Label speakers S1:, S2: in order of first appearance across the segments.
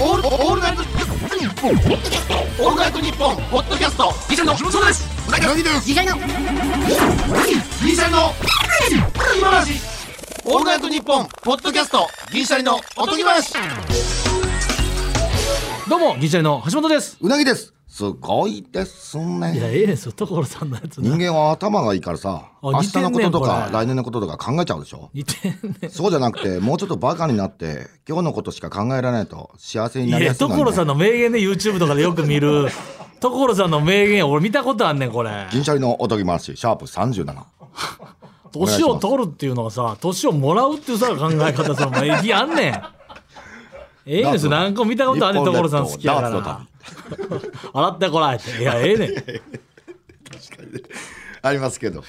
S1: オールオールナイトニッポンオールナイトニッポンポッドキャストギシャリのそうですうなぎです
S2: ギシャリの
S1: ギシャリの今話オールナイトニッポンポッドキャストギシャリのおとぎ話
S3: どうもギリシャリの橋本です
S4: うなぎですすごいです
S3: いや
S4: ね
S3: ええですよ所さんのやつ
S4: 人
S3: な
S4: 間は頭がいいからさ明
S3: 似
S4: 日
S3: てんね
S4: のことと
S3: こ
S4: か
S3: れ
S4: 来年のこととか考えちゃうでしょ
S3: 似てんね
S4: そうじゃなくてもうちょっとバカになって今日のことしか考えられないと幸せに
S3: い
S4: なり
S3: や
S4: やすいのに
S3: 所
S4: ね
S3: さんの名言で YouTube とかでよく見る所さんの名言俺見たことあんねんこれ
S4: 銀シャリのおとぎ話シャープ37願いします
S3: 年を取るっていうのはさ年をもらうっていうさ考え方そのまあ意義あんねんええですよ何個見たことあんねん
S4: 日本
S3: 所
S4: 列島
S3: さん好きやか
S4: ダー
S3: ら 洗ってこらえていやええねん
S4: ありますけど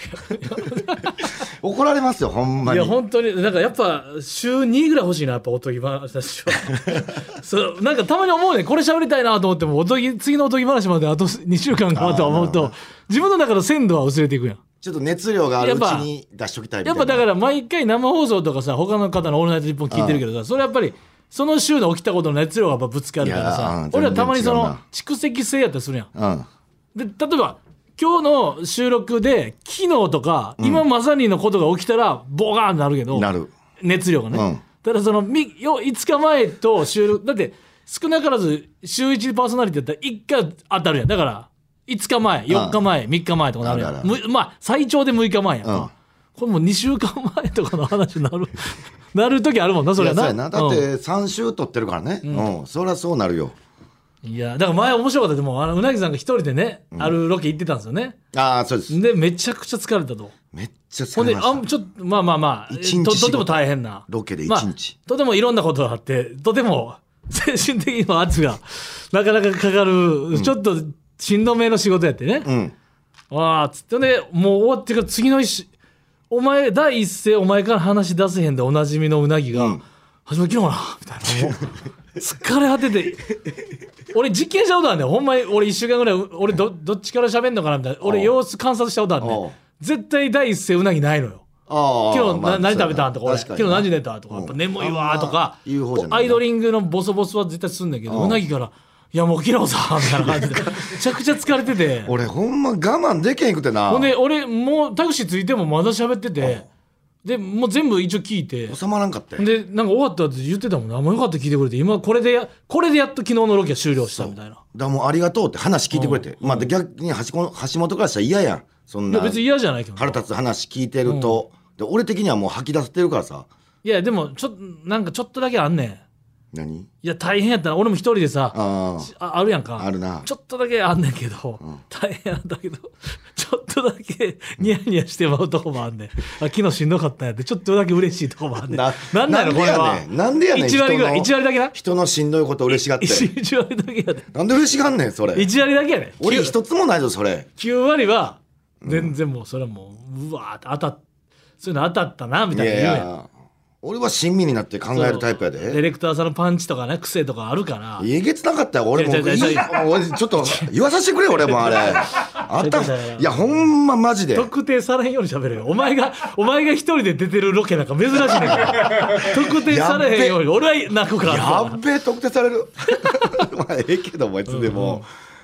S4: 怒られますよほんま
S3: い
S4: に
S3: や本当になんかやっぱ週2ぐらい欲しいなやっぱおとぎ話は そうなんかたまに思うねこれ喋りたいなと思ってもおとぎ次のおとぎ話まであと2週間かなとは思うと自分の中の鮮度は薄れていくやん
S4: ちょっと熱量があるうちに出しときたいみた
S3: や
S4: いな
S3: っぱだから毎回生放送とかさ他の方の「オールナイトニッポン」聞いてるけどさそれやっぱりその週の起きたことの熱量がやっぱぶつかるから
S4: いやーう
S3: さ
S4: ん
S3: 俺はたまにそ
S4: 全然違
S3: の
S4: うな
S3: 蓄積性やったりするやん
S4: うん
S3: で例えば今日の収録で昨日とか、今まさにのことが起きたらボガーンなるけど
S4: なる
S3: 熱量がね、
S4: うん
S3: ただそのみよ5日前と収録だって少なからず週1パーソナリティだったら1回当たるやんだから5日前4日前、3日前とかなるや
S4: あるあ
S3: ん
S4: る
S3: むまあ最長で6日前やんか、
S4: うん
S3: これもう2週間前とかの話になる なる時あるもんなそれはい
S4: やそう
S3: な
S4: やなだって3週取ってるからねうん、そりゃそうなるよ
S3: うんいやだから前面白かったでもあのうなぎさんが一人でね、あるロケ行ってたんですよね
S4: ああそうです
S3: でめちゃくちゃ疲れたと。
S4: めっちゃ
S3: ほ
S4: 疲
S3: んで
S4: れま
S3: あ
S4: した
S3: んちょっとまあまあまあ
S4: 一日
S3: と
S4: 仕事
S3: とても大変な
S4: ロケで一
S3: まあ
S4: 日
S3: とてもいろんなことがあってとても 精神的にも圧がなかなかかかる、ちょっとしんどめの仕事やってね、
S4: うん
S3: わあつってねもう終わってから次の日お前第一声お前から話し出せへんでおなじみのうなぎが「
S4: うん
S3: 始まりきろうな」みたいなもう疲れ果てて俺実験したことあんねんほんまに俺1週間ぐらい俺どどっちから喋んのかなみたいな俺様子観察したことあん
S4: お
S3: ね
S4: うん
S3: 絶対第一声うなぎないのよ
S4: ああ
S3: 今日、
S4: まあ
S3: な何食べ
S4: そ
S3: たと
S4: う
S3: か俺
S4: 確
S3: 今
S4: に
S3: 日何時寝たとか
S4: うん
S3: やっぱ眠いわーとか
S4: あんま言う方じゃないな
S3: こうアイドリングのボソボソは絶対すんだけど
S4: うん
S3: うなぎから「いやもう昨日さ」みたいな感じでめちゃくちゃ疲れて て
S4: 俺ほんま我慢できへんくてな
S3: ほんで俺もうタクシー着いてもまだ喋っててでもう全部一応聞いて
S4: 収まらんかったよ
S3: でなんか終わったって言ってたもんな「もうよかった聞いてくれて今これでやこれでやっと昨日のロケは終了した」みたいな。
S4: だからもうありがとうって話聞いてくれて、まあ、で逆に橋こ橋本からしたら嫌やんそん
S3: いや
S4: な
S3: 別に嫌じゃないけど
S4: 腹立つ話聞いてると、で俺的にはもう吐き出せてるからさ
S3: いやでもちょっとなんかちょっとだけあんねん
S4: 何
S3: いや大変やったな俺も一人でさ
S4: ああ
S3: ああるやんか
S4: あるな
S3: ちょっとだけあんねんけど、大変なんだけど ちょっとだけニヤニヤしてまうとこもあんねんあ昨日しんどかったんやってちょっとだけ嬉しいとこもあんねん
S4: な
S3: なんなのこれは
S4: なんでやねんなんでやねん
S3: 1割ぐらい1
S4: 人の
S3: 割だけな
S4: 人のしんどいこと嬉しがって
S3: 1割だけやで
S4: なんで嬉しがんねんそれ
S3: 1割だけやで
S4: 俺一つもないぞそれ
S3: 9割は全然もうそれはもううわーって当たっそういうの当たったな
S4: い
S3: みたいな
S4: やい
S3: 言うやん
S4: や俺は親身になって考えるタイプや
S3: ディ
S4: で
S3: レクターさんのパンチとかね癖とかあるから
S4: えげつなかったよ俺も
S3: いやいやいやいや
S4: 俺ちょっと言わさせてくれ俺もあれあった
S3: いやいやいや
S4: いやほんまマジで
S3: 特定されんように喋れよお前がお前が一人で出てるロケなんか珍しいねんから 特定されへんように俺は泣くから
S4: やっべえ特定される まあええけどもいつでも、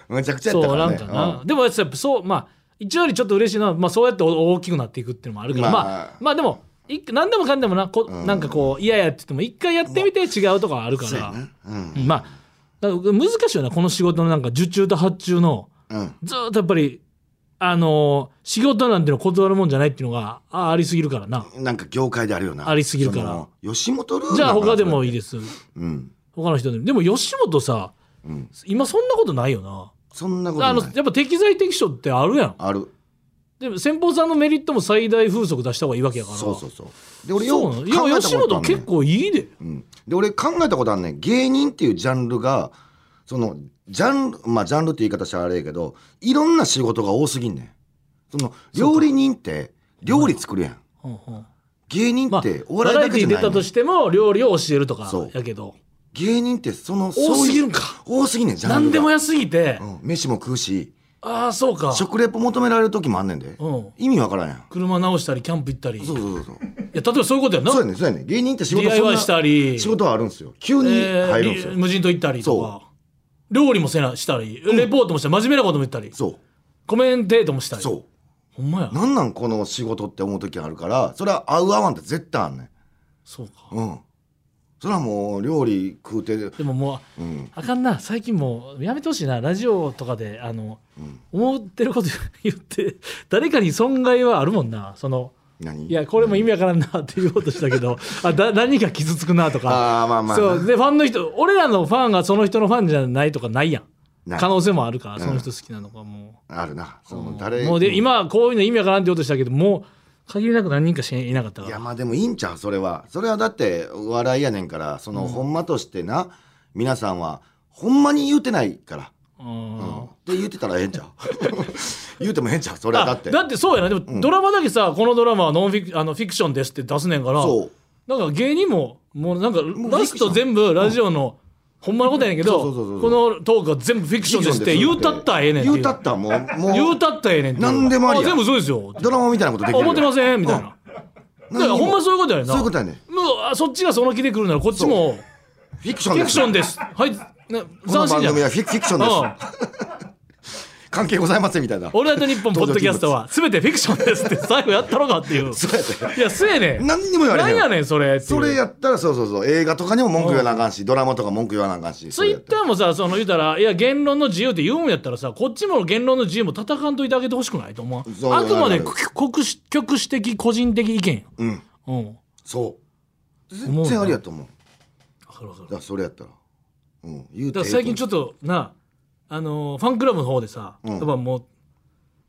S4: むちゃくちゃやった
S3: そう
S4: か
S3: な
S4: ら
S3: ん
S4: ね
S3: かな、でもやっぱそうまあ一割ちょっと嬉しいのは、まあ、そうやってお大きくなっていくっていうのもあるからま
S4: ま
S3: あ
S4: あ、
S3: まあでもい何でもかんでもなこ、なんかこう嫌やって言っても一回やってみて違うとかあるから、
S4: うん
S3: まあだから難しいよなこの仕事のなんか受注と発注の
S4: うん、うん
S3: ずーっとやっぱりあのー仕事なんての断るもんじゃないっていうのがあありすぎるからな
S4: なんか業界であるよな
S3: ありすぎるから
S4: その吉本ルール
S3: じゃあ他でも
S4: い
S3: いいです
S4: うん
S3: 他の人でもでも吉本さ
S4: うん
S3: 今そんなことないよな
S4: そんなこと
S3: あの
S4: ない
S3: やっぱ適材適所ってあるやん
S4: ある
S3: でも先方さんのメリットも最大風速出した方がいいわけやから
S4: そうそううそうで俺よ
S3: そ
S4: う
S3: うなの
S4: 考
S3: い
S4: えたことあんねん
S3: や吉本結構いいで
S4: うん、で俺考えたことあんねん芸人っていうジャンルがそのジャンルまあジャンルって言い方したらあれやけどいろんな仕事が多すぎんねんその料理人って料理作るやん
S3: うんうん
S4: 芸人
S3: まあ
S4: ってお
S3: バ
S4: 笑い
S3: ラ
S4: だ
S3: エテ
S4: け
S3: ィ
S4: じ
S3: ー
S4: ゃな
S3: 出
S4: いね
S3: た
S4: ん
S3: としても料理を教えるとか
S4: そう
S3: やけど
S4: 芸人ってその
S3: 多すぎるんか
S4: そういう多すぎんねんジャンルが
S3: 何でもやすぎて
S4: うん、飯も食うし
S3: ああそうか、
S4: 食レポ求められる時もあんねんで、
S3: うん、
S4: 意味わからんやん
S3: 車直したりキャンプ行ったり
S4: そうそうそうそう
S3: いや例えばそういうことやんな
S4: そうやねんそうやねん芸人って仕事
S3: DIY し
S4: そん
S3: た
S4: な
S3: り
S4: 仕事はあるんですよ急に
S3: えー
S4: 入るんですよ、
S3: り無人島行ったりとか料理もせなしたりレポートもしたり真面目なことも言ったり、
S4: そ
S3: コメンテートもした
S4: う
S3: り
S4: そ
S3: ほんまや
S4: うなんなんこの仕事って思う時あるからそれは合う合わんって絶対あんねん
S3: そうか
S4: うんそれはもう料理食うて
S3: でももう
S4: うん
S3: あかんな最近もうやめてほしいなラジオとかであの
S4: うん
S3: 思ってること 言って誰かに損害はあるもんなその
S4: 何
S3: いやこれも意味わからんなって言おうとしたけどあだ何か傷つくなとか
S4: ああまあまあ
S3: そうでファンの人俺らのファンがその人のファンじゃないとかないやん
S4: な
S3: 可能性もあるからその人好きなのかも
S4: あるなそうの誰
S3: もうで今こういうの意味わからんって言おうとしたけどもう限りなく何人かしかいなかったか
S4: いや
S3: ら
S4: まあでもいいんちゃうそれはそれはだってお笑いやねんからその、ほんまとしてな皆さんはほんまに言うてないから、
S3: うん
S4: うんって言ってたらええんちゃう 言うてもええんちゃうそれはだって
S3: あだってそうやなでも、
S4: ん
S3: ドラマだけさこのドラマはノンフィクあのフィクションですって出すねんから
S4: そう
S3: なんか芸人ももうなんか
S4: もう
S3: ラスト全部ラジオの、ほんまのことやねんけ
S4: そうそうそうそ
S3: どこ
S4: う
S3: のトークは全部フィクションですって言うたったらええねんって
S4: 言
S3: いうう
S4: たったらもうもう
S3: 言うたったらええねんっていう
S4: 何でもありや
S3: 全部そうですよ
S4: ドラマみたいなことできる
S3: 思ってませんみたいな、だからほんまそういうことやねんな
S4: そういうことやねん
S3: もうあそっちがその気で来るならこっちも
S4: フィクション
S3: フ
S4: です
S3: ィクションですはいな
S4: この
S3: 斬新
S4: 番
S3: じゃん
S4: 組はフィフィクション
S3: う
S4: で
S3: ん
S4: す関係ございませんみたいな
S3: オールナイトニッポンポッドキャストは全てフィクションですって最後やったろかっていう。
S4: そうやって
S3: いや、そうやねん。
S4: 何にも言われへ
S3: なん
S4: ん
S3: やねん、それっていう。
S4: それやったらそうそうそう映画とかにも文句言わなあかんしドラマとか文句言わなあかんしそ
S3: ツ
S4: れ
S3: イ
S4: やっ
S3: ッ
S4: た
S3: タ
S4: ら
S3: ーもさ、その言うたら、いや、言論の自由って言うんやったらさ、こっちも言論の自由も戦わんといてあげてほしくないと思う
S4: そう
S3: あくまで
S4: なる
S3: 国し局視的、個人的意見や。
S4: うん
S3: うん。わ
S4: そう
S3: 思
S4: 全
S3: うな
S4: 然ありやと思う
S3: かるわかる。
S4: だからそれやったらうん言う
S3: だから最近ちょ
S4: っ
S3: っとなあのーファンクラブの方でさ、
S4: うん
S3: やっぱもう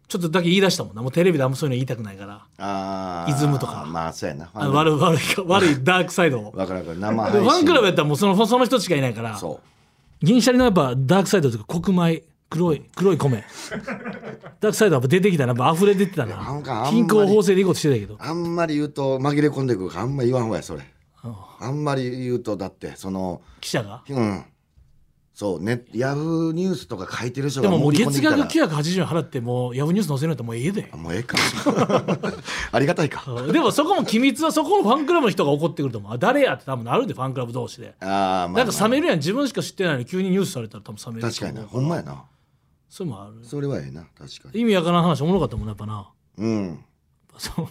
S3: ちょっとだけ言い出したもんなもうテレビであんまそういうの言いたくないから
S4: あー
S3: イズムとか
S4: まあそうやな
S3: あの悪い悪い悪いダークサイドを
S4: わからんから生配
S3: で
S4: 信
S3: ファンクラブやったらもうそのその人しかいないから
S4: そ
S3: 銀シャリのやっぱダークサイドというか黒米黒い黒い米ダークサイドはやっぱ出てきたなやっぱ溢れ出てたな
S4: なんかあんまり
S3: 均衡法制でいこうとしてたけど
S4: うあんまり言うと紛れ込んでくるからあんま言わんほうがやそれあんまり言うとだってその
S3: 記者が
S4: うんそうねヤフーニュースとか書いてる人
S3: で
S4: が
S3: ももう
S4: 盛り込んで
S3: 月
S4: きたら
S3: 額980円払ってもうヤフーニュース載せるんやったらもうええで
S4: あもうええかありがたいか
S3: うんでもそこも機密はそこのファンクラブの人が怒ってくると思うあ誰やって多分なるでファンクラブ同士で
S4: あーまあ、まあ、
S3: なんか冷めるやん自分しか知ってないのに急にニュースされたら多分冷める
S4: 確かになほんまやな
S3: それもある
S4: それはええな確かに
S3: 意味わからん話おもろかったもんなやっ ぱな
S4: うん
S3: そう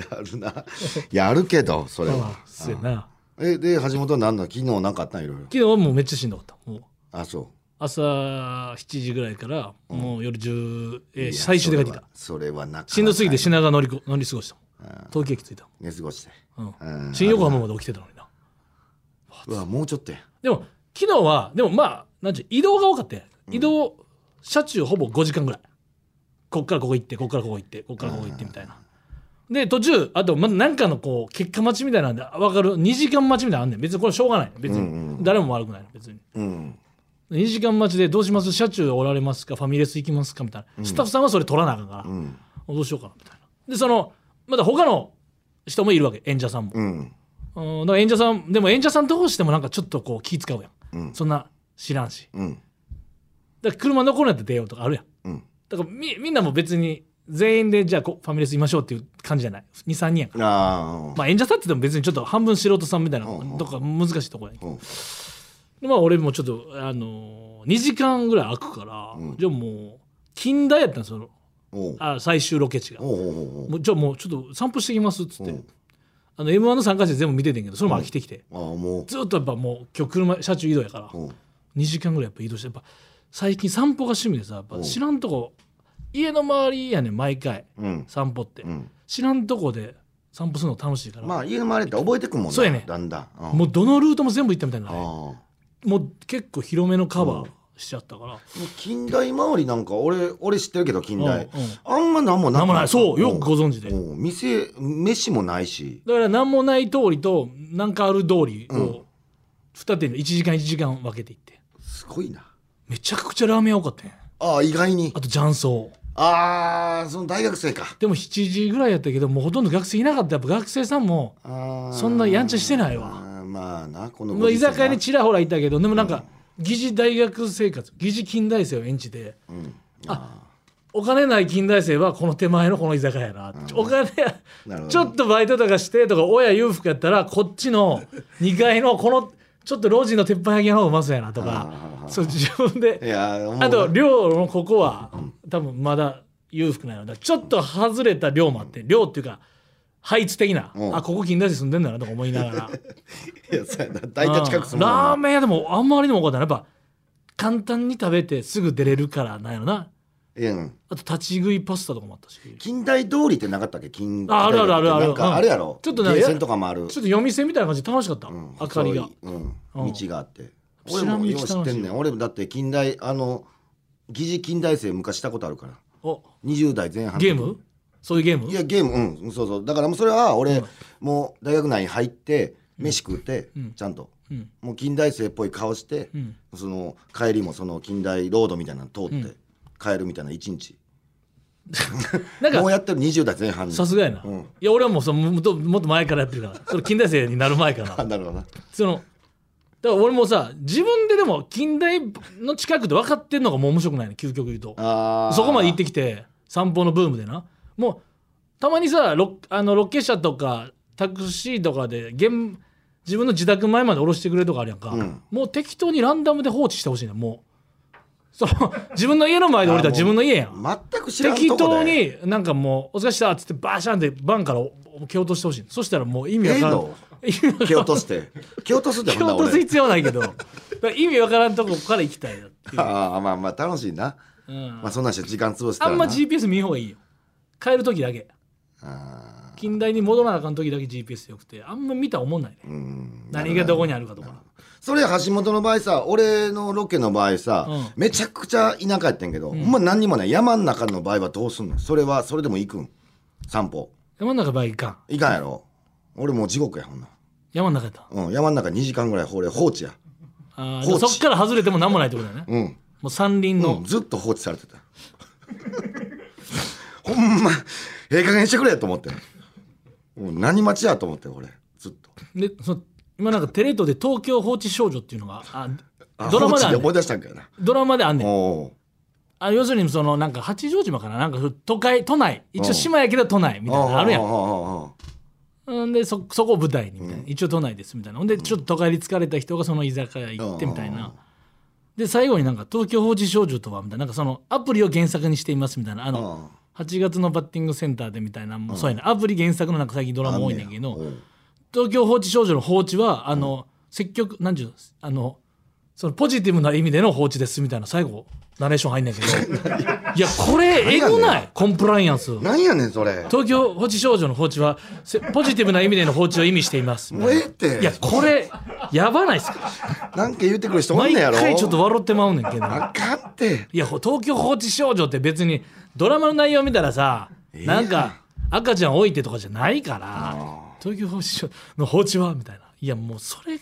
S4: やるなやるけどそれは
S3: そうやな
S4: えで橋本は何だ昨日何かあったんいろいろ
S3: 昨日はもうめっちゃしんどかったもう
S4: あそ
S3: 朝7時ぐらいからもう夜10、え
S4: う
S3: ー
S4: いや
S3: 最終で帰ってきた
S4: それはそれはなかなか
S3: しんどすぎて品川乗りこ乗り過ごしたもん東京駅着いた
S4: 寝過ごして
S3: もん、うん
S4: うん
S3: 新横浜まで起きてたのにな
S4: うわもうちょっとや
S3: でも昨日はでもまあなんちゅう移動が多かったやん移動、車中ほぼ5時間ぐらいこっからここ行ってこっからここ行ってこっからここ行ってみたいな、で途中あとまなんかのこう結果待ちみたいなんで分かる2時間待ちみたいなのあんねん別にこれしょうがない別に、
S4: うんうん
S3: 誰も悪くないの別に
S4: うん
S3: 2時間待ちでどうします車中おられますかファミレス行きますかみたいな、スタッフさんはそれ取らなあかんから、
S4: うん
S3: どうしようかなみたいなでそのまだ他の人もいるわけ演者さんも、
S4: うん
S3: うん、だから演者さんでも演者さんどうしてもなんかちょっとこう気使うやん、
S4: うん
S3: そんな知らんし
S4: うん
S3: だから車残るんやったら出ようとかあるやん
S4: うん
S3: だからみみんなも別に全員でじゃあこうファミレス行きましょうっていう感じじゃない23人やから、
S4: ああ
S3: まあ、演者さんって言っても別にちょっと半分素人さんみたいな
S4: うんうん
S3: とか難しいとこやん、
S4: うん
S3: でまあ俺もちょっとあの2時間ぐらい空くから、
S4: うん
S3: じゃあもう近代やったんその
S4: おう
S3: あ最終ロケ地が
S4: おうおうおう
S3: もうじゃあもうちょっと散歩してきますっつって、
S4: うん
S3: あの m 1の参加者全部見ててんけどそれも飽きてきて、
S4: ああもう
S3: ずっとやっぱもう今日車車中移動やから、
S4: おう
S3: 2時間ぐらいやっぱ移動してやっぱ最近散歩が趣味でさやっぱ
S4: うん
S3: 知らんとこ家の周りやねん毎回
S4: うん
S3: 散歩って、
S4: うん
S3: 知らんとこで散歩するの楽しいから、
S4: まあ家の周りって覚えてくもんな
S3: そうやね
S4: だんだんうん
S3: もうどのルートも全部行ったみたいな、
S4: ああ
S3: もう結構広めのカバーしちゃったから、
S4: もう近代周りなんか俺俺知ってるけど近代
S3: うんうん
S4: あんまなんもな
S3: なんもないそうよくご
S4: 存
S3: 存知で、
S4: 店飯もないし
S3: だから何もない通りと何かある通りを二手に1時間1時間分けていって
S4: すごいな
S3: めちゃくちゃラーメン屋多かったんや
S4: ああ意外に
S3: あと雀荘
S4: ああその大学生か
S3: でも7時ぐらいやったけどもうほとんど学生いなかったやっぱ学生さんも
S4: あー
S3: そんなやんちゃしてないわ
S4: あーまあなこの
S3: まあ
S4: ご時
S3: 居
S4: 世な
S3: 酒屋にちらほらいたけどでもなんか疑似大学生活疑似近代生を演じて、お金ない近代生はこの手前のこの居酒屋やな、お金
S4: なるほど
S3: ちょっとバイトとかしてとか親裕福やったらこっちの2階のこのちょっと路地の鉄板焼きの方がうまそうやなとかそう自分で
S4: いや思うな
S3: あと寮のここは多分まだ裕福なようなちょっと外れた寮もあって寮っていうか配置的な、
S4: うん
S3: あここ近代生住んでんだなとか思いながら
S4: いやそうやな大体近くする
S3: うんラー
S4: ン
S3: メン屋でもあんまりでも多かったなやっぱ簡単に食べてすぐ出れるからなんやろない
S4: やうん
S3: あと立ち食いパスタとかもあったしち
S4: 近代通りってなかったっけ近
S3: ああるあるあるある
S4: なんかあるやろ
S3: ちょっとね
S4: ゲーセンとかもある
S3: ょっと夜店みたいな感じで楽しかった、
S4: うん
S3: 明かりが
S4: 細いうん
S3: うん
S4: 道があって
S3: 知
S4: 俺
S3: らん
S4: も
S3: 道
S4: よう知ってんねん俺もだって近代あの疑似近代生昔したことあるから
S3: お
S4: 20代前半の時
S3: ゲームそういうゲーム
S4: いやゲームうんそうそうだからもうそれは俺、もう大学内に入って飯食って、
S3: うん
S4: ちゃんと
S3: うん
S4: もう近代生っぽい顔して
S3: う、ん
S4: その帰りもその近代ロードみたいなの通って、
S3: うん
S4: 帰るみたいな一日
S3: なん
S4: もう
S3: か
S4: やってる20代前半に
S3: さすがやな、
S4: うん
S3: いや俺はもうそのもっともっと前からやってるからそれ近代生になる前か ら
S4: あなるほどな
S3: そのだから俺もさ自分ででも近代の近くで分かってんのがもう面白くないの究極言うと
S4: あー
S3: そこまで行ってきて散歩のブームでなもうたまにさロあのロケ車とかタクシーとかで現自分の自宅前まで降ろしてくれるとかあるやんか、
S4: うん
S3: もう適当にランダムで放置してほしいねんもうその 自分の家の前で降りたら自分の家やん
S4: 全く知らんとこで
S3: 適当になんかもう「お疲れっした」っつってバーシャンってバンから蹴落としてほしいそしたらもう意味わからん
S4: ええの
S3: 意味わからん
S4: 蹴落として蹴落とすって
S3: 蹴
S4: ほんな
S3: 落とす
S4: 俺
S3: 必要ないけどだから意味わからんとこから行きたいなっていう、
S4: ああまあまあ楽しいな、
S3: うん
S4: まあそんなんして時間潰した
S3: あ
S4: ら
S3: ん
S4: な
S3: ま GPS 見ん方がいいよ帰る時だけ
S4: あ
S3: 近代に戻らなあかん時だけ GPS よくてあんま見たら思んないね
S4: ーうん
S3: 何がどこにあるかとか
S4: それ橋本の場合さ俺のロケの場合さ、
S3: うん
S4: めちゃくちゃ田舎やってんけど、ほんま何にもない山の中の場合はどうすんのそれはそれでも行くん散歩
S3: 山の中ばいかん
S4: 行かんやろ俺もう地獄やほんな
S3: 山の中やった
S4: うん山の中2時間ぐらい俺放置や
S3: あー
S4: 放置
S3: そっから外れても何もないってことだよね
S4: うん、
S3: もう山林
S4: う
S3: の
S4: ん、ずっと放置されてた ほんまええ加減にしてくれと思ってもう何待ちやと思って俺ずっと
S3: でその今なんかテレ東で「東京放置少女」っていうのがあ
S4: あ
S3: ドラマで
S4: 放置で
S3: あん
S4: 思
S3: ね
S4: い
S3: ん
S4: 出したんかよな
S3: ドラマであんねん
S4: おう
S3: あ要するにそのなんか八丈島かななんか都会都内一応島やけど都内みたいなのあるやん
S4: おうおうおうおう
S3: うんでそそこを舞台にみたいな、一応都内ですみたいなほんでちょっと都会に疲れた人がその居酒屋行ってみたいな、
S4: うん
S3: で最後になんか「東京放置少女とは」みたいななんかそのアプリを原作にしていますみたいなあの、
S4: うん
S3: 8月のバッティングセンターでみたいなもうそうやね、アプリ原作のなんか最近ドラマ多いねんけ
S4: あんねや
S3: ど
S4: おう
S3: 「東京放置少女の放置はあの、積極何ていうのあのそのポジティブな意味での放置ですみたいな最後ナレーション入んねんけど いやこれえぐ
S4: 何や
S3: な
S4: ね
S3: いコンプライアンス
S4: なんやねんそれ
S3: 東京放置少女の放置はせポジティブな意味での放置を意味しています
S4: もうええって
S3: いやこれやばないっすか
S4: なんか言ってくる人おん
S3: 毎
S4: ねやろ
S3: 回ちょっと笑ってまうねんけど
S4: あかんって
S3: いや東京放置少女って別にドラマの内容見たらさ
S4: え
S3: なんか赤ちゃん置いてとかじゃないから東京放置少女の放置はみたいないやもうそれ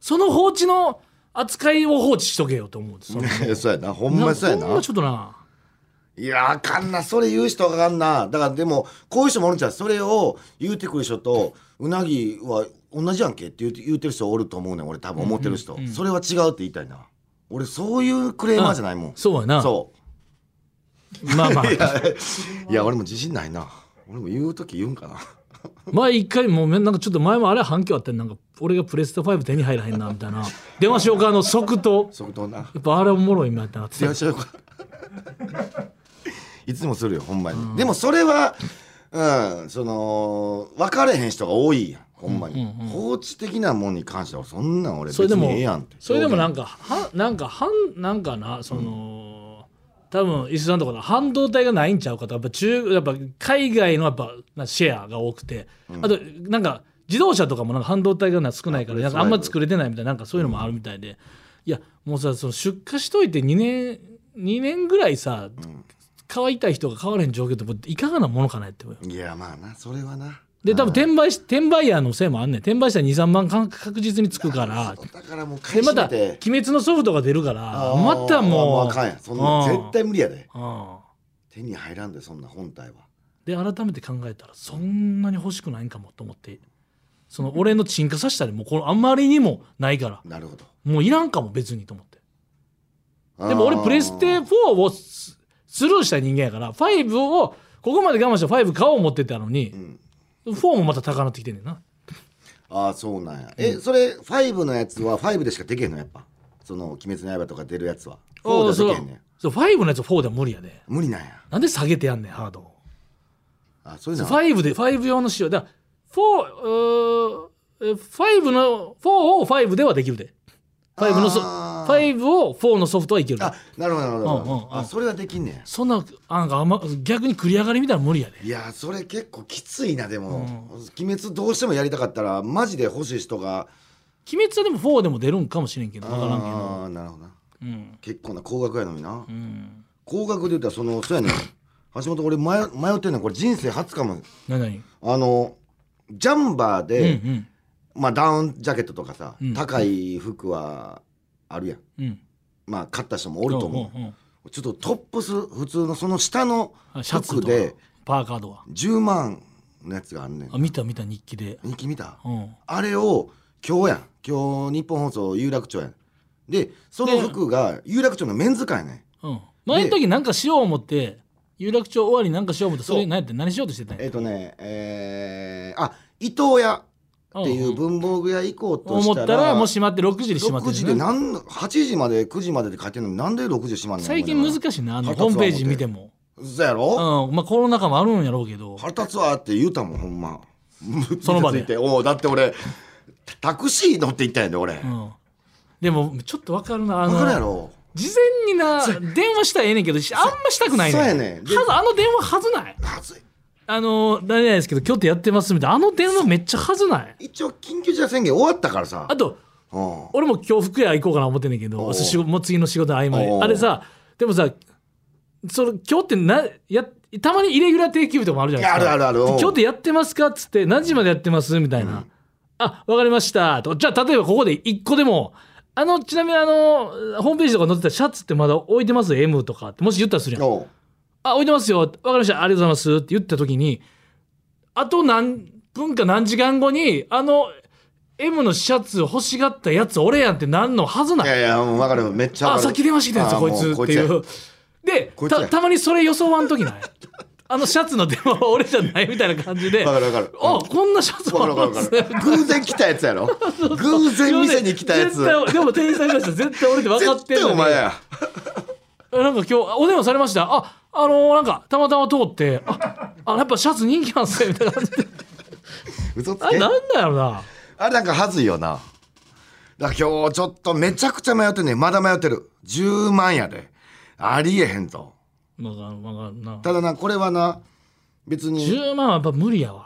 S3: その放置の扱いを放置しとけよと思うんですよ
S4: そうやなほんまそうや
S3: ほん
S4: な
S3: まちょっとない
S4: やあかんなそれ言う人あかんなだからでもこういう人もおるんちゃうそれを言うてくる人とうなぎは同じやんけって言うて言うてる人おると思うねん俺多分思ってる人、それは違うって言いたいな俺そういうクレーマーじゃないもん
S3: そうやな
S4: そ
S3: まあ まあ
S4: ういや俺も自信ないな俺も言う時言うんかな
S3: 前一回もうめなんかちょっと前もあれ反響あってなんか俺がプレステ5手に入らへんなみたいな電話しようかあの即答
S4: 即答な
S3: やっぱあれおもろいみたいなって
S4: 電話しようか いつもするよほんまに、でもそれはうんその分かれへん人が多いやんほんまに、放置的なもんに関してはそんなん俺別
S3: それでも
S4: にええやんって
S3: それでもなんかはなんかはんなんかなその、多分石田さんとかの半導体がないんちゃうかとやっぱ中やっぱ海外のやっぱなシェアが多くて、あとなんか自動車とかもなんか半導体がな少ないからなんかあんま作れてないみたいななんかそういうのもあるみたいで、いやもうさその出荷しといて2年2年ぐらいさ、買いたい人が買われへん状況って僕いかがなものかなって思うよ
S4: いやまあなそれはな
S3: で多分転売し転売ヤーのせいもあんねん転売したら23万か確実につくから
S4: だからもう買
S3: で
S4: い
S3: ま
S4: 占
S3: た
S4: め
S3: 「
S4: て
S3: 鬼滅のソフト」が出るから
S4: あー
S3: またも
S4: あ
S3: う
S4: かんやんそんな
S3: うん
S4: 絶対無理やで
S3: うん
S4: 手に入らんでそんな本体は
S3: で改めて考えたらそんなに欲しくないんかもと思ってその俺の沈下させたりもうこのあまりにもないから
S4: なるほど
S3: もういらんかも別にと思ってでも俺プレステ4をススルーした人間やから5をここまで我慢して5買おう思ってたのに、
S4: ん
S3: 4もまた高なってきてんねんな
S4: ああそうなんやえそれ5のやつは5でしかできへんのやっぱその「鬼滅の刃」とか出るやつは4で
S3: そ
S4: は
S3: う
S4: できへんねん
S3: そう5のやつ4では無理やで
S4: 無理なんや
S3: なんで下げてやんねんハードを
S4: あそういうのは
S3: 5で5用の仕様だから4うーえ5の4を5ではできるで5のそ
S4: あー
S3: 5を4のソフトはいけるで
S4: あなるほどなるほど、
S3: うんうんうん
S4: あそれはできんねん
S3: そんななんかあんま逆に繰り上がりみたいなの無理やで
S4: いやーそれ結構きついなでも、鬼滅どうしてもやりたかったらマジで欲しい人が
S3: 鬼滅はでも4でも出るんかもしれんけど分からんけど
S4: ああなるほどな
S3: うん
S4: 結構な高額やのにな、
S3: うん
S4: 高額で言ったらそのそうやねん橋本俺迷迷ってんねんこれ人生初かも
S3: 何々
S4: あのジャンバー
S3: うん
S4: で、
S3: うん
S4: まあ、ダウンジャケットとかさ、
S3: うん
S4: 高い服はあるやん
S3: うん
S4: まあ買った人もおると思う、
S3: んんん
S4: ちょっとトップス普通のその下の
S3: あシャツ
S4: 服
S3: と
S4: で
S3: かパーカーとか
S4: 10万のやつがあんねん
S3: あ見た見た日記で
S4: 人気見た
S3: うん
S4: あれを今日やん今日日本放送有楽町やんでその服が有楽町のメンズ会やねん
S3: うん前の時なんかしよう思って有楽町終わりになんかしよう思ってそれ何やって何しようとしてたんや
S4: えっ、とねえー、あ伊東屋ってい
S3: ん
S4: うん文房具屋行こうと
S3: 思
S4: し
S3: った
S4: ら,、
S3: らもう閉まって6時で閉まって
S4: 6時
S3: る、
S4: で
S3: ね、
S4: なん8時まで9時までで書いてんのになんで6時で閉まんねん
S3: 最近難しいなあの
S4: 腹立つわ
S3: ホームページ見ても
S4: 嘘や
S3: う
S4: ろ、
S3: んまあコロナ禍もあるんやろうけど
S4: 腹立つわって言うたもんほんま
S3: その場で
S4: ムカついて おうだって俺タクシー乗って行ったんやで俺、わ
S3: うんでもちょっとわかるなあ
S4: 分かるや
S3: の
S4: ろ
S3: 事前にな電話したらええねんけどしあんましたくないねん
S4: そうやねんで
S3: はずあの電話はずない
S4: はずい
S3: あの何々ですけど今日ってやってますみたいなあの電話めっちゃはずない
S4: 一応緊急事態宣言終わったからさ
S3: あと
S4: うん
S3: 俺も今日服屋行こうかな思ってんねんけ
S4: お
S3: ど
S4: う
S3: 仕事もう次の仕事の合間
S4: お
S3: に
S4: う
S3: あれさでもさその今日ってなやたまにイレギュラー定休日とかもあるじゃないですか
S4: いやあるあるあるうん
S3: 今日ってやってますかっつって何時までやってますみたいな、あわかりましたとじゃあ例えばここで一個でもあのちなみにあのホームページとか載ってたシャツってまだ置いてます M とかってもし言ったらするやん
S4: おう
S3: あ、置いてますよ。わかりました。ありがとうございます。って言った時に、あと何分か何時間後に、あの、M のシャツ欲しがったやつ俺やんってなんのはず
S4: い
S3: ない。
S4: やいやもう分かるめっちゃ分か
S3: あ、
S4: る
S3: さっき電話してきたやつ
S4: あー
S3: こいつ
S4: も
S3: っていう。で
S4: こいつや
S3: た、たまにそれ予想わん時ない あのシャツの電話は俺じゃないみたいな感じで。
S4: 分か
S3: あ、
S4: る分かる
S3: こんなシャツも
S4: わ
S3: あ
S4: か
S3: る
S4: るわ
S3: ん
S4: か
S3: で
S4: る
S3: すね
S4: わかる偶然来たやつや ろ偶然店に来たやつ
S3: 絶対でも店員さんからしたら絶対俺って分かっ
S4: 絶
S3: てる
S4: 対
S3: の
S4: お
S3: に
S4: 前や
S3: えなんか今日あお電話されましたああのーなんかたまたま通ってああやっぱシャツ人気なんすねみたいな 感じで
S4: 嘘つ
S3: あれ
S4: け
S3: な
S4: あ
S3: んだよな
S4: れなんかはずいよなだから今日ちょっとめちゃくちゃ迷ってんねんまだ迷ってる10万やでありえへんと
S3: なんかなんかな
S4: ただなこれはな別に
S3: 10万はやっぱ無理やわ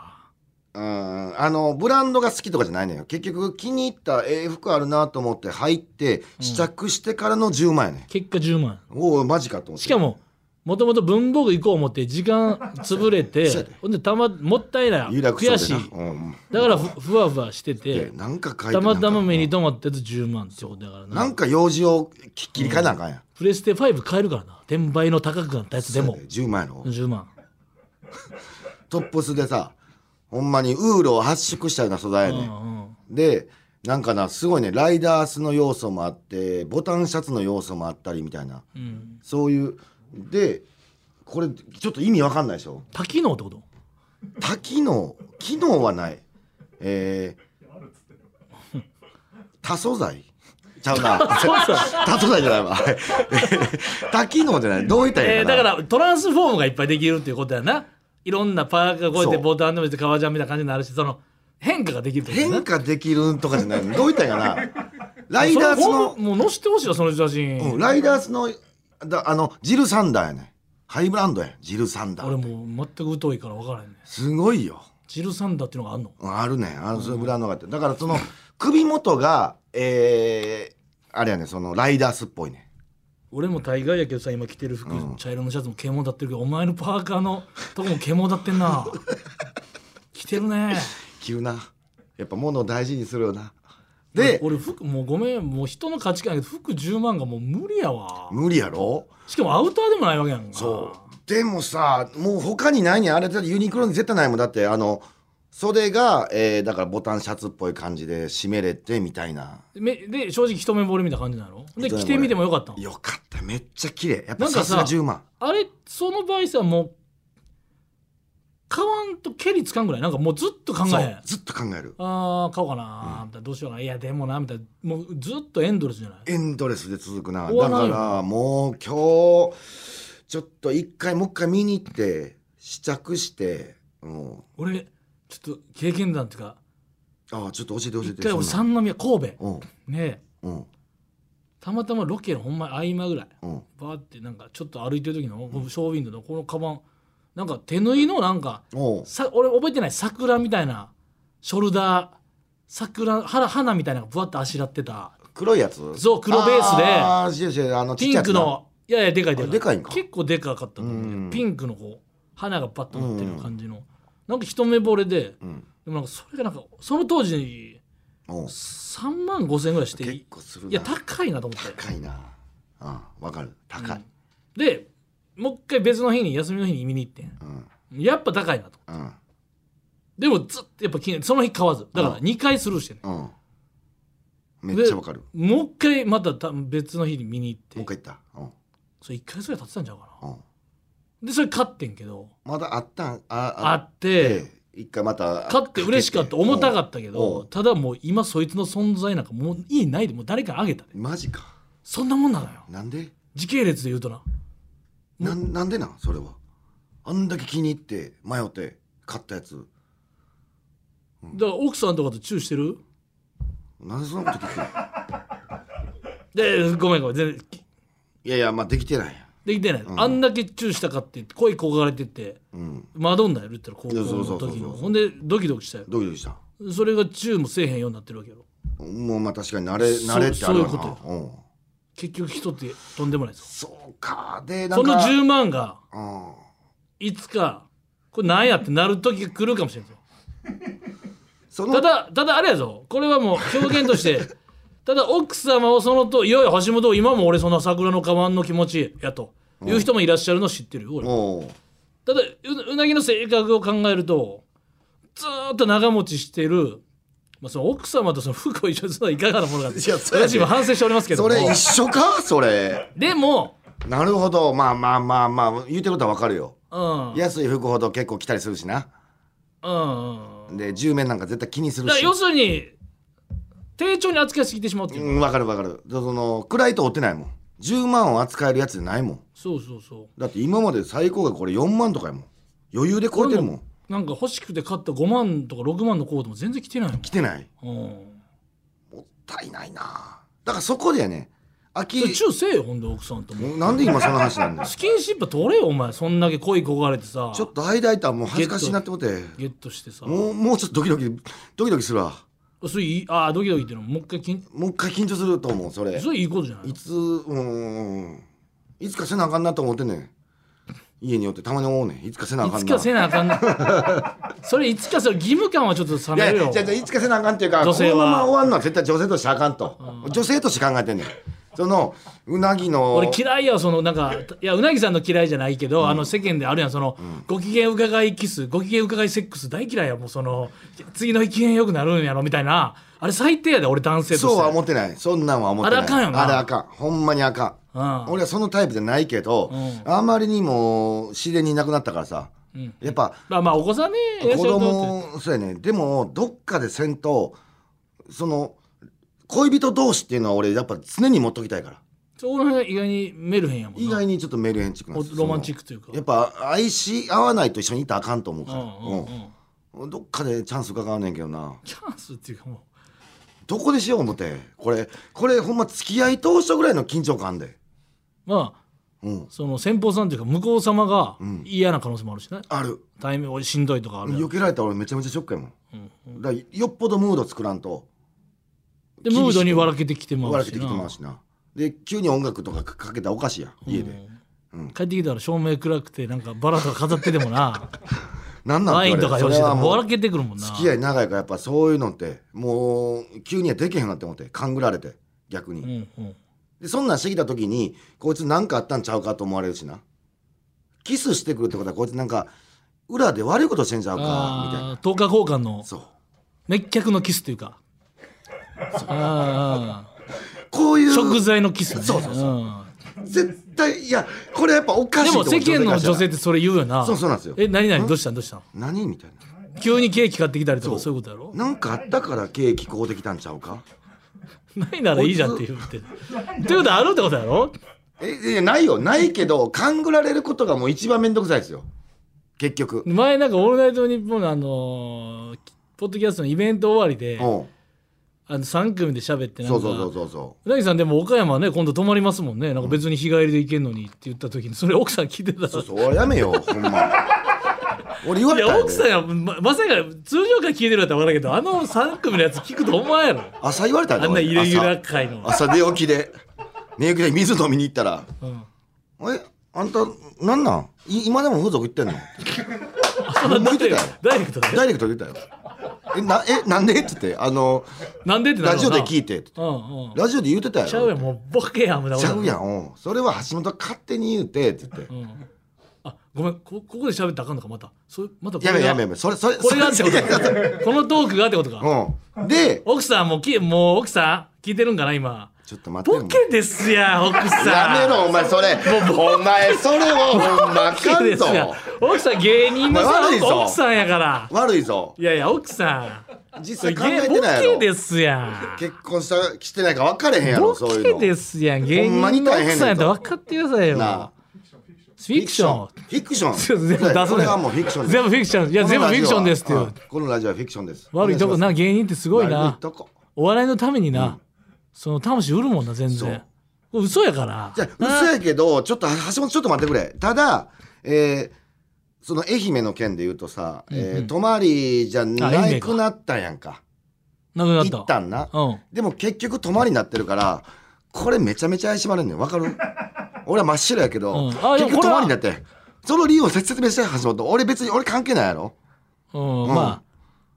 S4: うんあのブランドが好きとかじゃないのよ結局気に入ったええ服あるなと思って入って試着してからの10万やね、
S3: 結果10万
S4: ん、おおマジかと思って
S3: しかももともと文房具行こう思って 時間潰れて
S4: そうやで
S3: ほんでたまもったいない
S4: 有楽町
S3: 悔し
S4: でないうん
S3: だからふふわふわして
S4: で
S3: て
S4: なんか書いて
S3: たまたま目
S4: なん
S3: に
S4: か
S3: 留まったやつ10万ってことだから
S4: な
S3: なん
S4: か用事をき切り替えなあかんやん、
S3: プレステ5買えるからな転売の高くなったやつでも
S4: 10万やろ、
S3: 10万
S4: トップスでさほんまにウールを発縮したような素材
S3: う
S4: や
S3: んう
S4: ね、
S3: ん
S4: ん、でなんかなすごいねライダースの要素もあってボタンシャツの要素もあったりみたいな
S3: うん
S4: そういうでこれちょっと意味わかんないでしょ
S3: 多機能ってこと
S4: 多機能機能はないえー、多素材ちゃうな多素材じゃないわ多機能じゃないどういったらい
S3: え
S4: い
S3: ー
S4: かな、
S3: だからトランスフォームがいっぱいできるっていうことやないろんなパーカーこうやって
S4: そう
S3: ボタンでもして革ジャンみたいな感じになるしその変化ができるってことやな
S4: 変化できるんとかじゃないどういったんやなライダース
S3: それほ
S4: の
S3: ん、まもう載せてほしいよその写真、
S4: うんライダースのだあのジル・サンダーやねハイブランドやジル・サンダ
S3: 俺
S4: ー
S3: もう全く疎いから分からへんね
S4: すごいよ
S3: ジルサンダーっていうのがあんの
S4: うんあるねあのそういうブランドがあってだからその首元がえー、あれやねそのライダースっぽいね
S3: 俺も大概やけどさ今着てる服、茶色のシャツも獣立ってるけどお前のパーカーのとこも獣立ってんな着てるね
S4: 着るなやっぱ物を大事にするよなで
S3: 俺服もうごめんもう人の価値観やけど服10万がもう無理やわ
S4: 無理やろ
S3: しかもアウターでもないわけやんか
S4: そうでもさもう他にないねんあれだってユニクロに絶対ないもんだってあの袖が、えーだからボタンシャツっぽい感じで締めれてみたいな
S3: めで正直一目惚れみたいな感じなので
S4: 一目惚れ
S3: 着てみてもよかったの
S4: よかっためっちゃ綺麗やっぱ
S3: なんか
S4: さ
S3: さ
S4: すが10万
S3: あれその場合さもう買わんとケリつかんぐらいなんかもうずっと考えへ
S4: そ
S3: ん
S4: うずっと考える
S3: あー買おうかなーみたいなどうしようかないやでもなみたいなもうずっとエンドレスじゃない
S4: エンドレスで続くな
S3: 終わ
S4: だ
S3: らん
S4: か
S3: よ
S4: らもう今日ちょっと一回もう一回見に行って試着してうん
S3: 俺ちょっと経験談っていうか
S4: ああちょっと教えて教え
S3: 一
S4: て
S3: 回俺
S4: そん
S3: 三宮神戸ね
S4: なうん
S3: え
S4: うん
S3: たまたまロケのほんまに合間ぐらい
S4: うん
S3: バーってなんかちょっと歩いてる時のこのショーウィンドウのこのカバンなんか手縫いのなんか
S4: おう
S3: さ俺覚えてない桜みたいなショルダー桜花花みたいなのがぶわっとあしらってた
S4: 黒いやつ
S3: そう黒ベースで
S4: ああ違う違うあのちっちゃ
S3: ピ
S4: い
S3: ン
S4: やつ
S3: ク
S4: な
S3: のいやいやでかいでかい
S4: あでかいんか
S3: 結構でかかったと思うね
S4: うん
S3: ピンクのこう花がパッとなってる感じの、なんか一目惚れで
S4: うん
S3: でもなんかそれがなんかその当時
S4: おう
S3: 3万5千円ぐらいして
S4: 結
S3: い
S4: 構するない
S3: や高いなと思って
S4: 高いなあわかる高い
S3: でもう一回別の日に休みの日に見に行ってん
S4: うん
S3: やっぱ高いなと
S4: うん
S3: でもずっとやっぱ気にその日買わずだから
S4: う
S3: 2回スルーしてんね
S4: うんめっちゃわかる
S3: もう一回またた別の日に見に行って
S4: もう一回言ったうん
S3: それ1回それ経ってたんちゃうかな
S4: うん
S3: でそれ買ってんけど
S4: まだあったんあ
S3: あって
S4: 一回また
S3: 勝って嬉しかった重たか
S4: っ
S3: ったけ
S4: おう
S3: どただもう今そいつの存在なんかもういいないでもう誰かにあげたで
S4: たマジか
S3: そんなもんなのよ
S4: なんで
S3: 時系列で言うとな
S4: なんなんでなんそれはあんだけ気に入って迷って買ったやつ
S3: だから奥さんとかとチューしてる
S4: なんでそんなこと 聞くの
S3: でごめんごめん全然き
S4: いやいやまあできてないや
S3: できてない、あんだけチューしたかって恋焦がれてて
S4: うん
S3: マドンナやるって言ったら高校
S4: いやそ
S3: の
S4: うそうそう
S3: 時
S4: そう
S3: のほんでドキドキしたよ
S4: ドキドキした
S3: それがチューもせえへんようになってるわけよ
S4: もうまあ確かに慣れ
S3: そう
S4: 慣れってあるわな
S3: そういうこ
S4: うん
S3: 結局人ってとんでもないです
S4: そうかでな
S3: そ
S4: ん
S3: の
S4: か
S3: 10万が
S4: うん
S3: いつかこれなんやってなる時が来るかもしれない
S4: そ
S3: た
S4: の
S3: だただあれやぞこれはもう表現として ただ奥様をそのといよいよ橋本今も俺その桜の鞄の気持ちやという人もいらっしゃるの知ってるよ俺
S4: おう
S3: ただううなぎの性格を考えるとずーっと長持ちしてる、まあ、その奥様とその服を一緒にするのはいかがなものかって
S4: いやそうやね
S3: 私も反省しておりますけど
S4: そ
S3: も
S4: れ一緒かそれ
S3: でも、
S4: なるほどまあまあまあまあ言うてることはわかるよ
S3: うん、
S4: 安い服ほど結構着たりするしな
S3: うんうん
S4: で10面なんか絶対気にする
S3: だから
S4: し
S3: 要するに丁重に扱いすぎてしまうっていう、
S4: うん、わかるわかる。でその、暗いと追ってないもん。10万を扱えるやつじゃないもん。
S3: そうそうそう
S4: だって今まで最高がこれ4万とかやもん。余裕で超えてるもん。
S3: なんか欲しくて買った5万とか6万のコートも全然着てないもん
S4: 来てない。
S3: うん
S4: もったいないなだからそこでやね、秋
S3: それ、チューせえよほんで奥さんとも
S4: なんで今その話なんだよ。
S3: スキンシップ取れよお前そんだけ恋焦がれてさ
S4: ちょっと間空いたらもう恥ずかしいなって思っ て。
S3: ゲットしてさ
S4: もう、もうちょっとドキドキ、ドキドキするわ。
S3: それいいああドキドキっていうのもう一回きん
S4: もう一回緊張すると思う、それ。
S3: それいいことじゃない
S4: いつ、うん。いつかせなあかんなと思ってんねん。家によってたまに思うねん。いつかせなあ
S3: い
S4: かん
S3: つ
S4: な。
S3: かせなあかんな それいつかそれ義務感はちょっと
S4: い
S3: 冷
S4: やい
S3: める
S4: や
S3: よ
S4: じゃあじゃあいつかせなあかんっていうか
S3: 女性は
S4: このまま終わるのは絶対女性としてあかんと、女性として考えてんねんそのうなぎの
S3: 俺嫌いよそのなんかいやうなぎさんの嫌いじゃないけど、あの世間であるやんその、ご機嫌伺いキスご機嫌伺いセックス大嫌いやもうその次の日機嫌よくなるんやろみたいなあれ最低やで俺男性として
S4: そうは思ってないそんなんは思ってない
S3: あれあかんよな
S4: あれあかんほんまにあかん、
S3: うん
S4: 俺はそのタイプじゃないけど、あまりにも自然にいなくなったからさ、やっぱ
S3: まあまあお子さんね
S4: 子
S3: そう
S4: 供そうやねでもどっかでせんとその恋人同士っていうのは俺やっぱ常に持っときたいから
S3: そこら辺意外にメルヘンやもんな
S4: 意外にちょっとメール返事くな
S3: おロマンチックというか
S4: やっぱ愛し合わないと一緒にいたらあかんと思う
S3: う
S4: から、
S3: んうんうん
S4: うんどっかでチャンス伺うねんけどな
S3: チャンスっていうかも
S4: どこでしよう思ってこれこれほんま付き合い当初ぐらいの緊張感で
S3: うまあ
S4: うん
S3: その先方さんというか向こう様が嫌な可能性もあるしね、
S4: ある
S3: タイミングおいしんどいとかあるやん
S4: 避けられたら俺めちゃめちゃショックやもん、
S3: うん
S4: だからよっぽどムード作らんと
S3: でムードに笑けてきてもら
S4: 笑
S3: う
S4: け
S3: して
S4: きてまう
S3: な
S4: しなで急に音楽とかかかけたらおかしいやん家で、
S3: 帰ってきたら照明暗くてなんかバラとか飾っててもな
S4: なんなん
S3: ワ
S4: て
S3: インと
S4: 言わ
S3: か
S4: れる
S3: 用意
S4: それ
S3: してて
S4: は
S3: も
S4: も
S3: 笑
S4: う
S3: けてくるもんな
S4: 付き合い長いからやっぱそういうのってもう急にはできへんなって思って勘ぐられて逆に、
S3: うんうん
S4: でそんなんしてきた時にこいつ何かあったんちゃうかと思われるしなキスしてくるってことはこいつなんか裏で悪いことしてんちゃうかみたいな
S3: あー10日交換の
S4: そう
S3: 滅却のキスという かあ
S4: こうい
S3: ー食
S4: う
S3: 材のキス、ね、
S4: そうそうそ
S3: ん
S4: 絶対いやこれやっぱおかし
S3: で
S4: いと
S3: も
S4: 思う
S3: 世間の女
S4: から
S3: 性ってそれ言うよな
S4: そうそうなんですよ
S3: え何何どうしたんどうしたん
S4: 何みたい
S3: 急にケーキ買ってきたりとかそういうことやろ
S4: ななんかあったからケーキこうできたんちゃうか
S3: ないならいいじゃんって 言ってってことはあるってことやろ
S4: えいやないよないけど勘ぐられることがもう一番面倒くさいですよ結局
S3: 前なんか「オールナイトニッポン」のあのーポッドキャストのイベント終わりで
S4: おう
S3: あの3組で喋ってなん
S4: そ
S3: か
S4: うそうそうそうそう
S3: うなぎさんでも岡山ね今度泊まりますもんねなんか別に日帰りで行けんのにって言った時にそれ奥さん聞いてたら
S4: そうそう俺やめようほんま俺言わ
S3: い
S4: れた
S3: や
S4: よ
S3: 奥さんはままさか通常回聞いてるやったら笑うけどあの3組のやつ聞くと思わんやろ
S4: 朝言われたよ
S3: あんな
S4: 俺
S3: イレギュラー回の、
S4: 朝朝出起きで寝起きで水飲みに行ったら
S3: うん、
S4: 「えあんたなんなんい今でも風俗行ってんの?」もう言ってたよ
S3: ダイレクトで
S4: ダイレクトで言ったよ「えなえなんで?」って言って「あの
S3: なんでってな
S4: ラ
S3: る
S4: ジオで聞
S3: い
S4: いて」って
S3: うんうん
S4: ラジオで言うてたよ
S3: ちゃうやんもうボケやん無駄
S4: ちゃうやんうんそれは橋本が勝手に言うてって言って
S3: うん、あごめんこここで喋ったらあかんのかまたそれまたこれ
S4: や
S3: が
S4: めやめやめそれそれ
S3: これがって
S4: そ
S3: こ
S4: れ
S3: とこのトークがってことか
S4: うんで
S3: 奥さんもきもう奥さん聞いてるんかな今
S4: ちょっと待って
S3: ボケですやん奥さん
S4: やめろお前それお前それをほんまあか
S3: ボケ
S4: ん
S3: ですやん
S4: ぞ
S3: 奥さん芸人のさ
S4: お前悪いぞ
S3: 奥さんやから
S4: 悪いぞ
S3: いやいや奥さんそ
S4: 実
S3: れ
S4: 際考えて
S3: ボ
S4: ないや
S3: ケ
S4: ろ
S3: ですや
S4: 結婚したしてないか分かれへんやろ
S3: ん
S4: そう
S3: ボ
S4: い
S3: ケ
S4: うの
S3: ですやん芸
S4: ほんま
S3: 人
S4: に
S3: の
S4: 大変
S3: 奥
S4: ねん
S3: さんやったら
S4: と
S3: 分かってくださいよ
S4: なあ
S3: フィクション
S4: フィクション
S3: ちょっと
S4: そう
S3: 全部出すな
S4: やそれはもうフィクションです
S3: 全部フィクションいや
S4: この
S3: 全部フ
S4: ラジオは
S3: ィクションですっていう
S4: うんこのラジオはフィクションです
S3: 悪いとこな芸人ってす
S4: す
S3: ごいな
S4: 悪いとこ
S3: お笑いのためにな、その魂売るもんな全然
S4: う
S3: これ嘘やから
S4: じゃあ嘘やけどちょっと橋本ちょっと待ってくれただえーその愛媛の件で言うとさ、えー泊まりじゃ
S3: あ
S4: な
S3: 愛媛か
S4: くなったやんか
S3: なくなっ
S4: 一
S3: た
S4: 旦な、
S3: うん
S4: でも結局泊まりになってるからこれめちゃめちゃ怪しまれんねんわか る俺は真っ白やけど、
S3: うんあいや
S4: 結局
S3: これ
S4: 泊
S3: は
S4: まりになってその理由を説明して橋本俺別に俺関係ないやろ
S3: うん、
S4: うん
S3: ま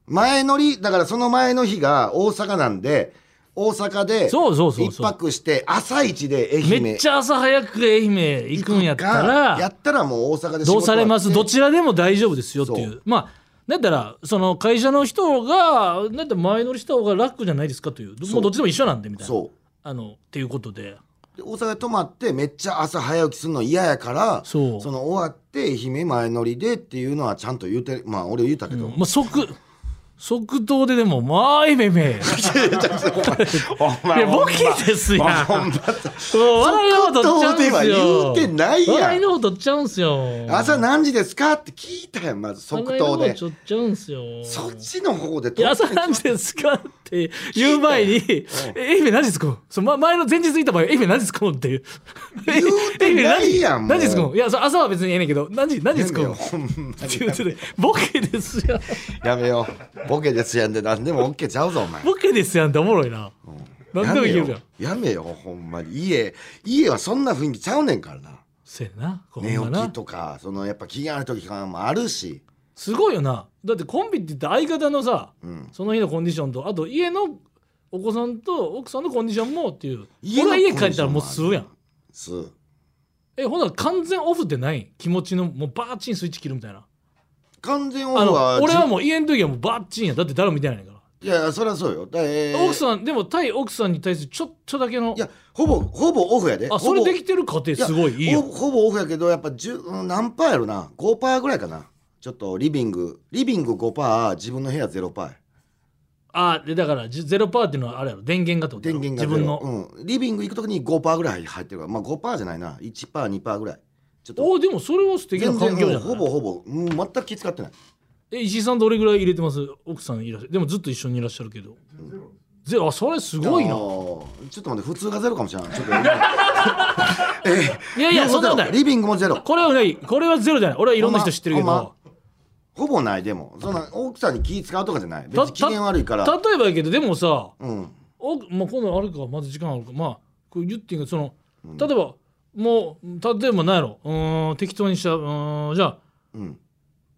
S4: 前乗りだからその前の日が大阪なんで大阪で
S3: そうそうそう
S4: 一
S3: そう
S4: 泊して朝一で愛
S3: あ
S4: 媛
S3: めっちゃ朝早く愛媛行くんやった
S4: 行くかや
S3: ら
S4: ったらもう大阪で仕事終
S3: ど
S4: わ
S3: う
S4: って
S3: されますどちらでも大丈夫ですよっていう
S4: そ
S3: まあだったらその会社の人がなんて前乗りした方が楽じゃないですかというもうどっちでも一緒なんでみたいな
S4: そ
S3: あのっていうことで
S4: うで大阪で泊まってめっちゃ朝早起きするの嫌やから
S3: そう
S4: の終わって愛媛前乗りでっていうのはちゃんと言うてまあ俺言うたけど、
S3: まあ即即答ででもまあえ めめ
S4: お
S3: い
S4: 前
S3: やボケですやん
S4: ほんま
S3: もう笑いの方取っちゃうんすよ
S4: 即答では言うてないやん
S3: 笑いの方取っちゃうんすよ
S4: 朝何時ですかって聞いたやんまず即答
S3: 考える
S4: で
S3: 方ちょっちゃうんすよ
S4: そっちの方で
S3: いや朝何時ですかって言う前に「え愛媛何時着くのそのま前の前日行った場合愛媛何時着くの?」っていう「
S4: 言うてないやん
S3: 愛媛何時何時着く
S4: も
S3: のいやそう朝は別にええねんけど何時何時着く
S4: やめよ
S3: の?」っ
S4: ほんまに
S3: て言っててボケですやん
S4: やめようボケですやんで何でも OK ちゃうぞお前
S3: ボケですやんっておもろいな何でもいける
S4: やめ
S3: や
S4: よ
S3: ん
S4: やめよほんまに家家はそんな雰囲気ちゃうねんからな
S3: せやなほん
S4: 寝
S3: ま
S4: 起
S3: な
S4: きとかそのやっぱ気がある時とかもあるし
S3: すごいよなだってコンビって言って相方のさ
S4: うん
S3: その日のコンディションとあと家のお子さんと奥さんのコンディションもっていう
S4: 家の
S3: 俺は家帰ったらもう吸うやん
S4: す
S3: えほんなら完全オフってない気持ちのもうバーチンスイッチ切るみたいな
S4: 完全オ
S3: あ
S4: フは
S3: の俺は
S4: じ
S3: もう家の時はもうバーチンやだって誰も見てないねんか
S4: いやいやそりゃそうよだえ
S3: ら、
S4: ー
S3: 奥さんでも対奥さんに対するちょっとだけの
S4: いやほぼほぼオフやで
S3: あそれできてる家庭
S4: いや
S3: すごいいいよ
S4: ほほぼオフやけどやっぱ10うん何パーやろな5パーぐらいかなちょっとリビングリビング5パー自分の部屋0パーや
S3: あでだからじゼロパーっていうのはあれやろ電源がってことや
S4: 電
S3: ろ
S4: 源が
S3: 自分
S4: の、
S3: の、
S4: うん、リビング行く時に5パーぐらい入ってるからまあ5パーじゃないな1パー2パーぐらいちょっと
S3: おでもそれは素敵な
S4: 全
S3: 環境じ
S4: 然
S3: ゃない
S4: ほぼほぼ、うん、全く気使ってない
S3: え石井さんどれぐらい入れてます奥さんいらっしゃでもずっと一緒にいらっしゃるけど、ゼロあそれすごい
S4: あ
S3: な
S4: ーちょっと待って普通がゼロかもしれないちょっと えー
S3: いやいや
S4: 両方ゼロ
S3: そんなことない
S4: リビングもゼロ
S3: これはないこれはゼロじゃない俺はいろんな人知ってるけど、
S4: ほんまほぼないでもそんな奥さんに気使うとかじゃない別
S3: た
S4: に機嫌悪いから
S3: 例えばやけどでもさ
S4: うん
S3: お、まあ、今度あるかまず時間あるかまあこう言ってんけどその例えば、もう例えば何やろうーん適当にしたうーんじゃあ
S4: うん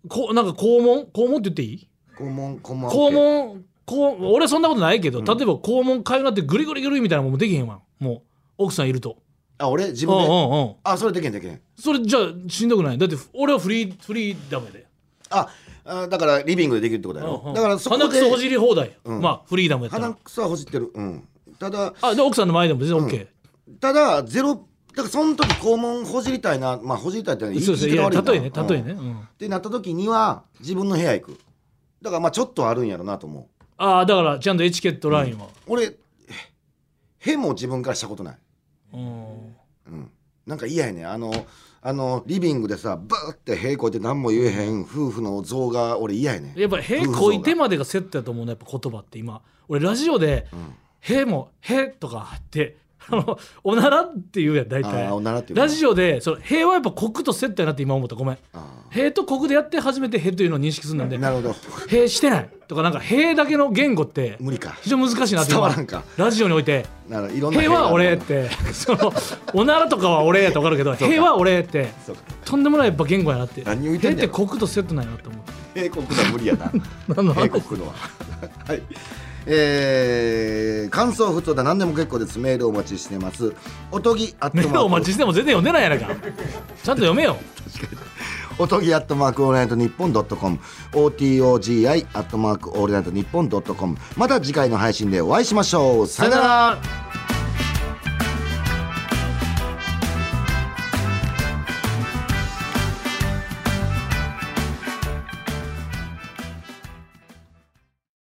S3: こなんか肛門肛門って言っていい
S4: 肛門肛門
S3: 肛門肛門俺そんなことないけど、例えば肛門かゆなってグリグリグリみたいなもんもできへんわもう奥さんいると
S4: あ俺自
S3: うんう
S4: 分で
S3: んうん
S4: あそれできへんできへん
S3: それじゃあしんどくないだって俺はフリーフリーダメで
S4: あああだからリビングでできるってことだよ、
S3: うんうん
S4: だからそこ
S3: 鼻く
S4: で
S3: そほじり放題、
S4: うん
S3: まあフリーダムやった
S4: 鼻
S3: ら
S4: くそはほじってるうんただ
S3: あで奥さんの前でも全然 OK、
S4: ただゼロだからその時肛門ほじりたいなまあほじりたいって言い
S3: そうです
S4: 言
S3: ね
S4: い
S3: いや
S4: 方悪いなうん
S3: 例えね例えね、うん
S4: ってなった時には自分の部屋行くだからまあちょっとあるんやろなと思う
S3: ああだからちゃんとエチケットラインは、
S4: 俺へへも自分からしたことない
S3: うん
S4: うんなんか嫌やねんあのあのリビングでさバーってへこいて何も言えへん夫婦の像が俺嫌やねん
S3: やっぱ「へ」こいてまでがセットやと思うのやっぱ言葉って今俺ラジオで
S4: うん
S3: 「へ」も「へ」とかあってあのおならっていうやん大
S4: あ
S3: 体
S4: ーおならっていう
S3: ラジオでその「へ」はやっぱ国とセットやなって今思ったごめん
S4: オあ
S3: 「へ」と国でやって初めて「へ」というのを認識するんで
S4: ーなるほど
S3: 「へ」してないとかなんか「へ」だけの言語って
S4: 無理か
S3: 非常に難しいなって
S4: 伝
S3: 今
S4: わらんか
S3: ラジオにおいて
S4: ならい
S3: 「
S4: ろんな
S3: へ」
S4: 塀がある
S3: は俺ってそのおならとかは俺やと分かるけど「
S4: そうか
S3: へ」は俺って
S4: そうか
S3: とんでもないやっぱ言語やなって
S4: 何を言ってんね
S3: へ
S4: ん
S3: って国とセットなんやなって思って。
S4: 英国のは無理やな
S3: 何の話
S4: 英国のは はいえー、感想不通だ何でも結構ですメールお待ちしてますおとぎアッ
S3: メ
S4: ト
S3: ール
S4: マ
S3: をお待
S4: ー
S3: ち
S4: ク
S3: しても全然読んでないやないかちゃんと読めよ
S4: おとぎアットマークオールナイトニッポンドットコム OTOGI アットマークオールナイトニッポンドットコムまた次回の配信でお会いしましょうさよなら
S3: ら